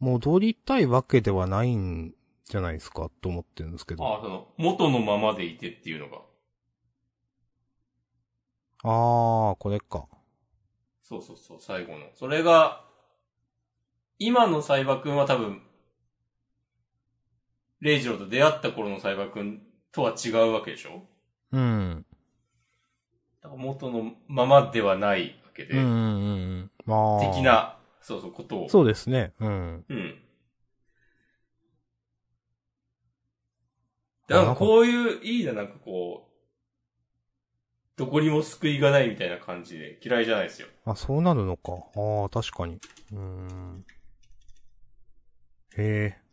S1: 戻りたいわけではないんじゃないですか、と思ってるんですけど。
S2: ああ、その、元のままでいてっていうのが。
S1: あー、これか。
S2: そうそうそう、最後の。それが、今のサイバーくんは多分、レイジローと出会った頃のサイバーくんとは違うわけでしょ
S1: うん。
S2: だから元のままではないわけで、
S1: うんうんうんうん。まあ。
S2: 的。な、そうそう、ことを。
S1: そうですね。うん。
S2: うん。だからこういう、いいな、なんかこう、どこにも救いがないみたいな感じで、嫌いじゃないですよ。
S1: あ、そうなるのか。ああ、確かに。うーん。へえ。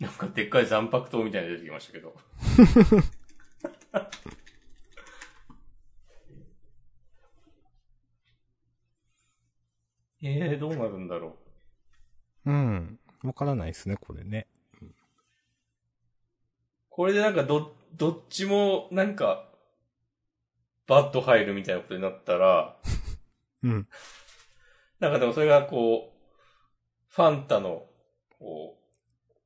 S2: なんかでっかい残白刀みたいなの出てきましたけど。 えー、どうなるんだろ
S1: うん。わからないですね、これね。
S2: う。これでなんかど、どっちもなんか、バッと入るみたいなことになったら、
S1: うん。
S2: なんかでもそれがこう、ファンタの、こう、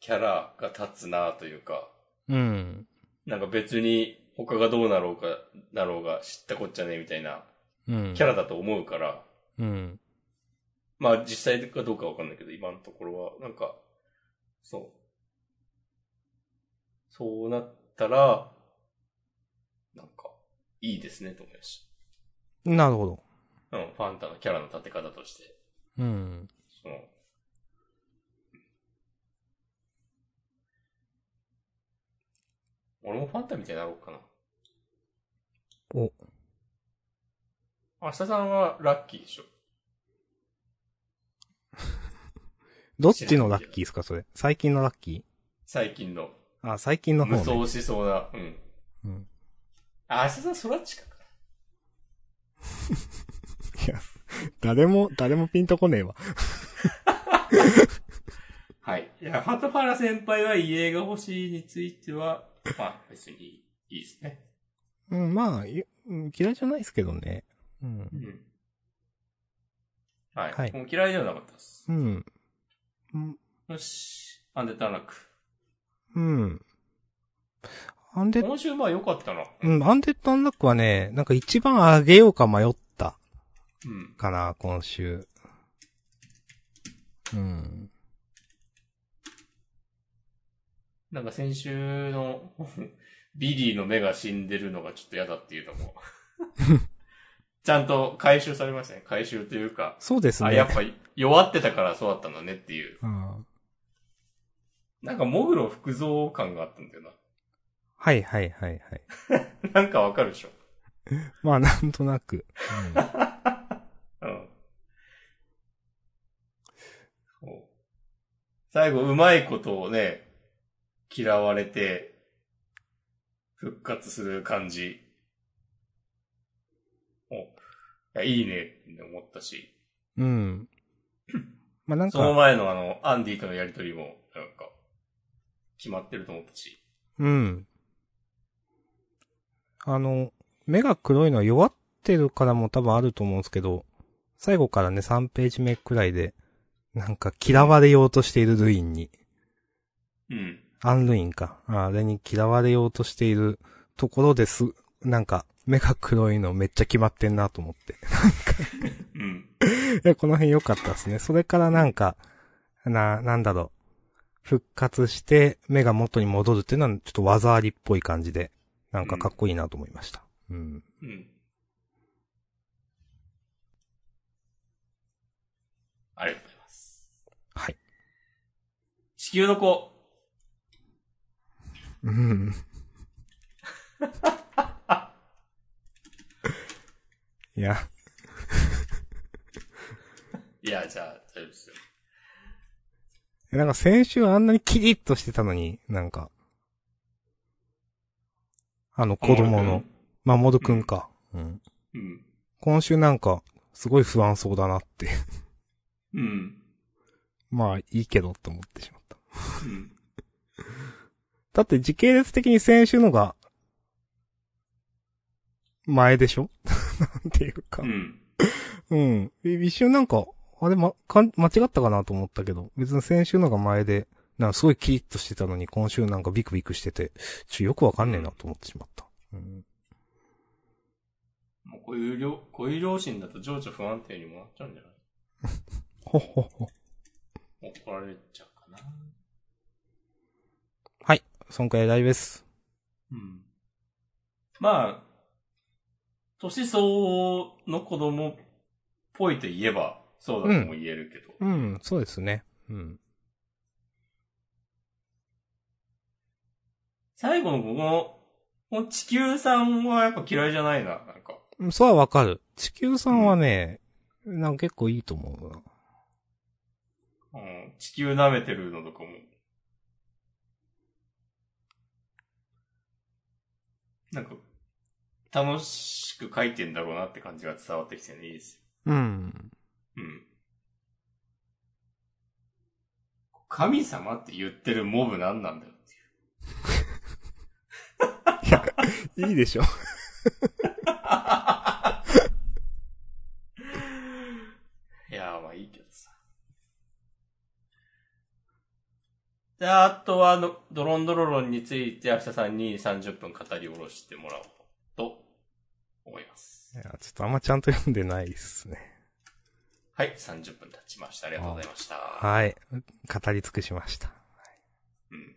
S2: キャラが立つなというか、
S1: うん。
S2: なんか別に他がどうなろうか、なろうが知ったこっちゃねえみたいな
S1: うん。
S2: キャラだと思うから、
S1: うん。
S2: まあ実際かどうかわかんないけど、今のところは、なんか、そう。そうなったら、なんか、いいですねと思いまし
S1: なるほど。
S2: た。うん、ファンタのキャラの立て方として。
S1: うん。
S2: その、俺もファンタみたいになろうかな。
S1: お。
S2: 明日さんはラッキーでしょ。
S1: どっちのラッキーですか、それ。最近のラッキ
S2: 最近の。
S1: ーあ、最近の
S2: 無
S1: 方ね。
S2: 双しそうな。うん。
S1: うん。
S2: あ、明日さんそら近か。
S1: いや、誰も、誰もピンとこねえわ。
S2: はい。いや、鳩原先輩は家が欲しいについては、まあ別にいいいいですね。
S1: うん、まあ、ゆうん嫌いじゃないですけどね。うん
S2: う。ん。はい。
S1: はい
S2: もう嫌いではなかったです
S1: う。ん。うん
S2: よし。アンデッドアンラック。
S1: うん。アンデッ
S2: 今週まあ良かったな。
S1: ド、うん、アンデッドアンラックはね、なんか一番上げようか迷った。
S2: うん。
S1: かな、今週。うん。
S2: なんか先週の ビリーの目が死んでるのがちょっと嫌だっていう のも、ちゃんと回収されましたね。回収というか、
S1: そうですね。
S2: あ、やっぱ弱ってたからそうだったんだねっていう。
S1: うん
S2: なんかモグロ複造感があったんだよ
S1: はいはいはいはい。
S2: な。 なんかわかるでしょ。
S1: まあ、なんとなく。
S2: うん。そう最後、うまいことをね、嫌われて、復活する感じ。おいやいいねって思ったし。
S1: うん。うんまあなん
S2: その
S1: か、
S2: 前のあの、アンディとのやりとりも、なんか、決まってると思ったし。
S1: うん。あの、目が黒いのは弱ってるからも多分あると思うんですけど、最後からね、3ページ目くらいで、なんか嫌われようとしているルインに、
S2: うん。
S1: アンルインか。ああれに嫌われようとしているところです。なんか、目が黒いのめっちゃ決まってんなと思って。
S2: うん。
S1: いや、 この辺良かったですね。それからなんか、な、なんだろう。復活して、目が元に戻るっていうのは、ちょっと技ありっぽい感じで、なんかかっこいいなと思いました。うん。
S2: うん。ありがとうございます。
S1: はい。
S2: 地球の子。
S1: うん。いや、
S2: いや、じゃあ、大丈夫ですよ。
S1: なんか先週あんなにキリッとしてたのに、なんか、あの子供の、。守くんか。うん。
S2: うん。
S1: 今週なんか、すごい不安そうだなって。
S2: うん。
S1: まあ、いいけどって思ってしまった。
S2: うん。
S1: だって時系列的に先週のが、前でしょ なんていうか
S2: う。ん。
S1: うん。一瞬なんか、あれま、かん間違ったかなと思ったけど、別に先週のが前で、なんかすごいキリッとしてたのに、今週なんかビクビクしてて、ちょ、よくわかんねえなと思ってしまった。うん。
S2: もうこういう両、こういう両親だと情緒不安定にもなっちゃうんじゃない
S1: ほっほっほ。
S2: 怒られちゃうかな。
S1: はい。そんくらい大丈夫です。
S2: うん。まあ、年相応の子供っぽいと言えば、そうだとも言えるけど。
S1: うん、そうですね。うん。
S2: 最後のこの、この地球さんはやっぱ嫌いじゃないな、なんか。
S1: うんそうはわかる。地球さんはね、なんか結構いいと思うな。
S2: うん、地球舐めてるのとかも。なんか、楽しく書いてんだろうなって感じが伝わってきてね、いいですよ。
S1: うん。
S2: うん。神様って言ってるモブ何なんだよっていう。
S1: いいでしょ。
S2: いやー、まあいいけどさ。で、あとはの、ドロンドロロンについて、明日さんに30分語り下ろしてもらおうと思います
S1: い。や、ちょっとあんまちゃんと読んでないっすね。
S2: はい、30分経ちました。ありがとうございました。
S1: はい。語り尽くしました。
S2: うん。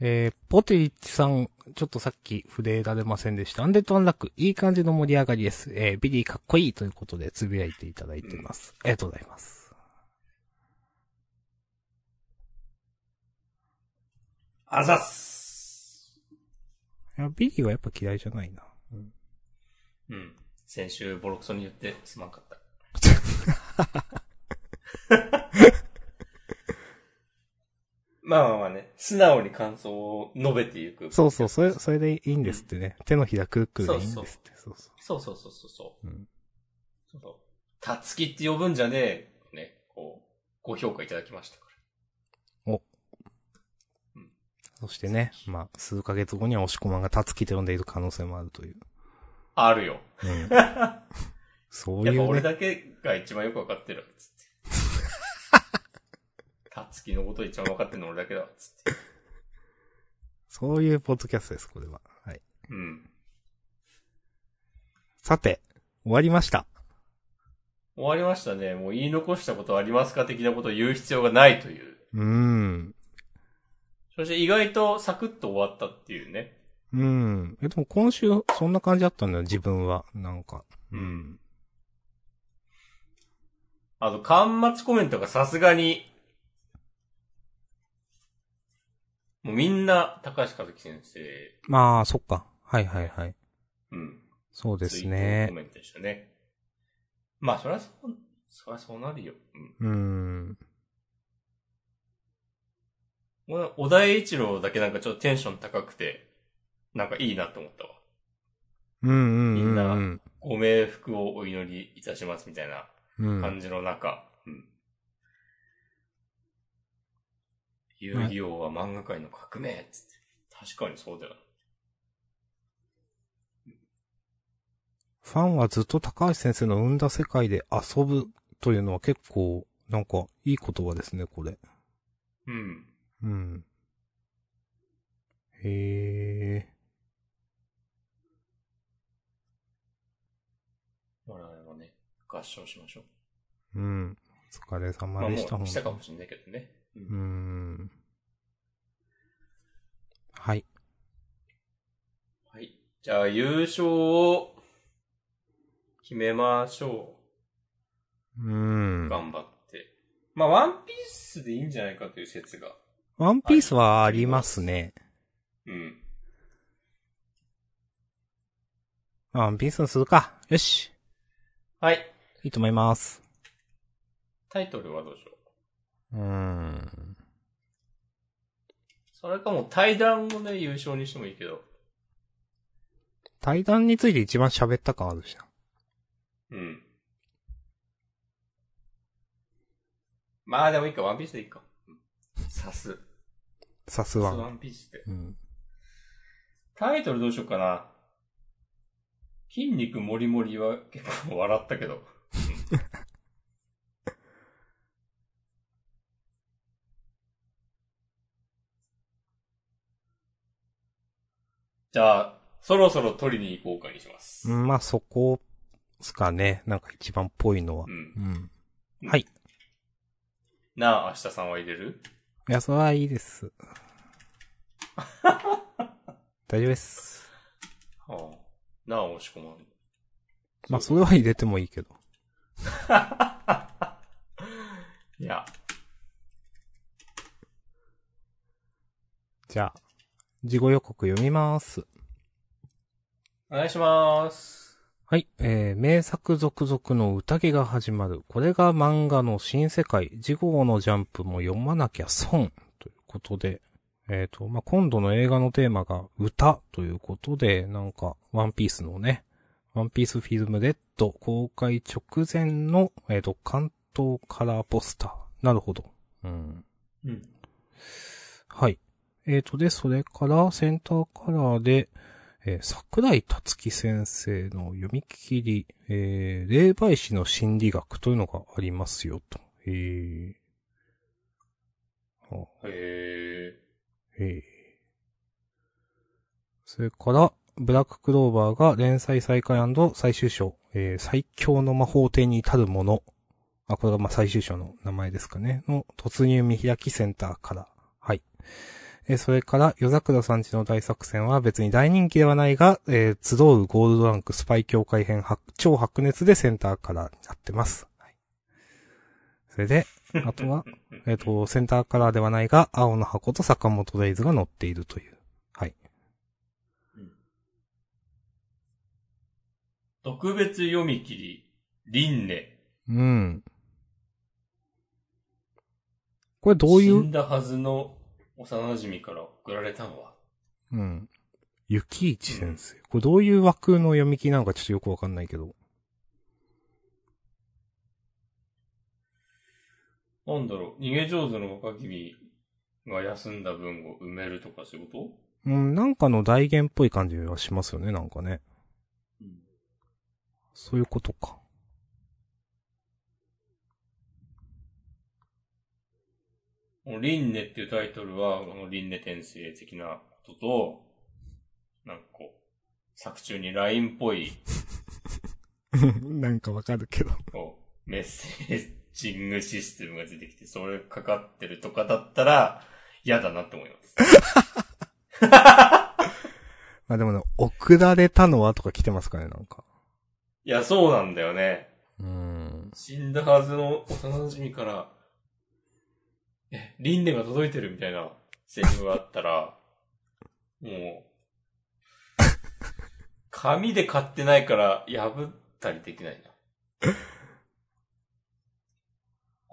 S1: えー、ポテリッチさん、ちょっとさっき触れられませんでした。アンデッドアンラック、いい感じの盛り上がりです。えー、ビリーかっこいいということでつぶやいていただいています。ありがとうございます。
S2: あざっす。
S1: いや、ビリーはやっぱ嫌いじゃないな。うん、
S2: うん。先週、ボロクソに言ってすまんかった。まあまあまあね、素直に感想を述べていく。
S1: そうそう、それ、それでいいんですってね。手のひらくるくるでいいんですって。そうそう。
S2: そうそうそうそうそう。
S1: うん
S2: ちょっと、たつきって呼ぶんじゃねえ。ね、こう、ご評価いただきましたか
S1: そしてね、まあ、数ヶ月後には押し込まんがたつきと呼んでいる可能性もあるという。
S2: ら。あるよ。
S1: うん、そう
S2: やっ
S1: い
S2: ぱ俺
S1: うね。
S2: だけが一番よくわかってるわ、つって。たつきのこと一番わかってるの俺だけだわ、つって。
S1: そういうポッドキャストです、これは。はい。
S2: うん。
S1: さて、終わりました。
S2: 終わりましたね。もう言い残したことありますか的なことを言う必要がないという。
S1: うーん。
S2: そして意外とサクッと終わったっていうね。
S1: うん。え、でも今週、そんな感じだったんだよ、自分は。なんか。
S2: うん。あと、端末コメントがさすがに、もうみんな、高橋和樹先生、
S1: まあ、そっか。はいはいはい。
S2: うん。
S1: そうです
S2: ツイート
S1: ね
S2: コ。メントでしたね。まあ、そりゃそう、そりゃそうなるよ。うん。
S1: うん。
S2: もう小田栄一郎だけなんかちょっとテンション高くて、なんかいいなと思ったわ。
S1: うんうんうん、うん。
S2: みんなご冥福をお祈りいたしますみたいな
S1: うん。
S2: 感じの中、うん。遊戯王は漫画界の革命つって。確かにそうだよな。
S1: ファンはずっと高橋先生の生んだ世界で遊ぶというのは結構、なんか、いい言葉ですね、これ。
S2: うん。
S1: うん。へえ。
S2: 我々もね、合唱しましょう。
S1: うん。お疲れ様
S2: あ
S1: でした、
S2: もうしたか
S1: 本
S2: もしれないけどね。う
S1: 当にうー
S2: ん
S1: ん。はい。
S2: はい。じゃあ、優勝を決めましょ
S1: う
S2: う。
S1: ん。
S2: 頑張って。まあ、ワンピースでいいんじゃないかという説が。
S1: ワンピースはありますね。
S2: うん。
S1: あワンピースにするか。よし。
S2: はい。
S1: いいと思います。
S2: タイトルはどうしよう。
S1: うーん。
S2: それかもう対談をね、優勝にしてもいいけど。
S1: 対談について一番喋った感あるしな。
S2: うん。まあでもいいか、ワンピースでいいか。さす。
S1: さす
S2: さ
S1: が
S2: すワンピースで。
S1: うん。
S2: タイトルどうしようかな。筋肉もりもりは結構笑ったけど。じゃあ、そろそろ取りに行こうかにします。
S1: うんまあ、そこ、すかね。なんか一番っぽいのは
S2: う。ん
S1: う。ん。はい。
S2: なあ、明日さんは入れる
S1: いや、それはいい です。大丈夫です。
S2: ああ。なあ、押し 込まん。
S1: まあ、それは入れてもいいけど。
S2: いや、
S1: じゃあ、事後予告読みます。
S2: お願いします。
S1: はい。えー、名作続々の宴が始まる。これが漫画の新世界。次号のジャンプも読まなきゃ損。ということで。えっ、と、まあ、今度の映画のテーマが歌ということで、なんか、ワンピースのね、ワンピースフィルムレッド公開直前の、えっ、と、関東カラーポスター。なるほど。うん。
S2: うん。
S1: はい。えーと、で、それから、センターカラーで、えー桜井達樹先生の読み切り、えー、霊媒師の心理学というのがありますよ、と。えー、あ
S2: へえ。
S1: ええそれから、ブラッククローバーが連載再開最終章、えー最強の魔法帝に至るもの。あ、これがまあ最終章の名前ですかね。の突入見開きセンターから。はい。えーそれから、夜桜さんちの大作戦は別に大人気ではないが、えー集うゴールドランクスパイ協会編白超白熱でセンターからになってます。はい。それで、あとは、えっ、と、センターカラーではないが、青の箱と坂本レイズが載っているという。はい。
S2: 特別読み切り、リンネ。
S1: うん。これどうい
S2: 死ん
S1: う、
S2: だはずの幼馴染から送られたのは。
S1: うん。雪市先生。これどういう枠の読み切りなのかちょっとよくわかんないけど。
S2: なんだろう、逃げ上手の若君が休んだ分を埋めるとかそういうこ
S1: うん、なんかの代言っぽい感じはしますよね、なんかね。
S2: と
S1: そういうことか。
S2: この輪廻っていうタイトルは、この輪廻転生的なことと、なんかこう、作中に LINE っぽい
S1: なんかわかるけど。
S2: こうメッセージングシステムが出てきて、それかかってるとかだったら、嫌だなって思います。
S1: まあでもね、送られたのはとか来てますかね、なんか。
S2: いや、そうなんだよね。
S1: うん。
S2: 死んだはずの幼馴染から、え、輪廻が届いてるみたいなセリフがあったら、もう、紙で買ってないから破ったりできないな。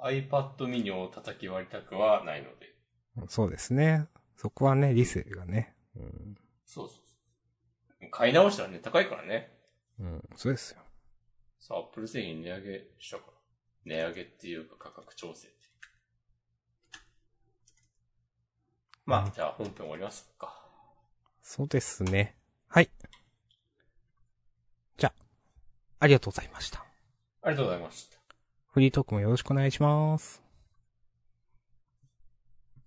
S2: iPad mini を叩き割りたくはないので。
S1: そうですね。そこはね、理性がね。うん。
S2: そうそうそう。買い直したらね、高いからね。
S1: うん、そうですよ。
S2: さあ、アップル製品値上げしたから。値上げっていうか価格調整っていうかまあ、じゃあ本編終わりますか。
S1: そうですね。はい。じゃあ、ありがとうございました。
S2: ありがとうございました。
S1: フリートークもよろしくお願いします。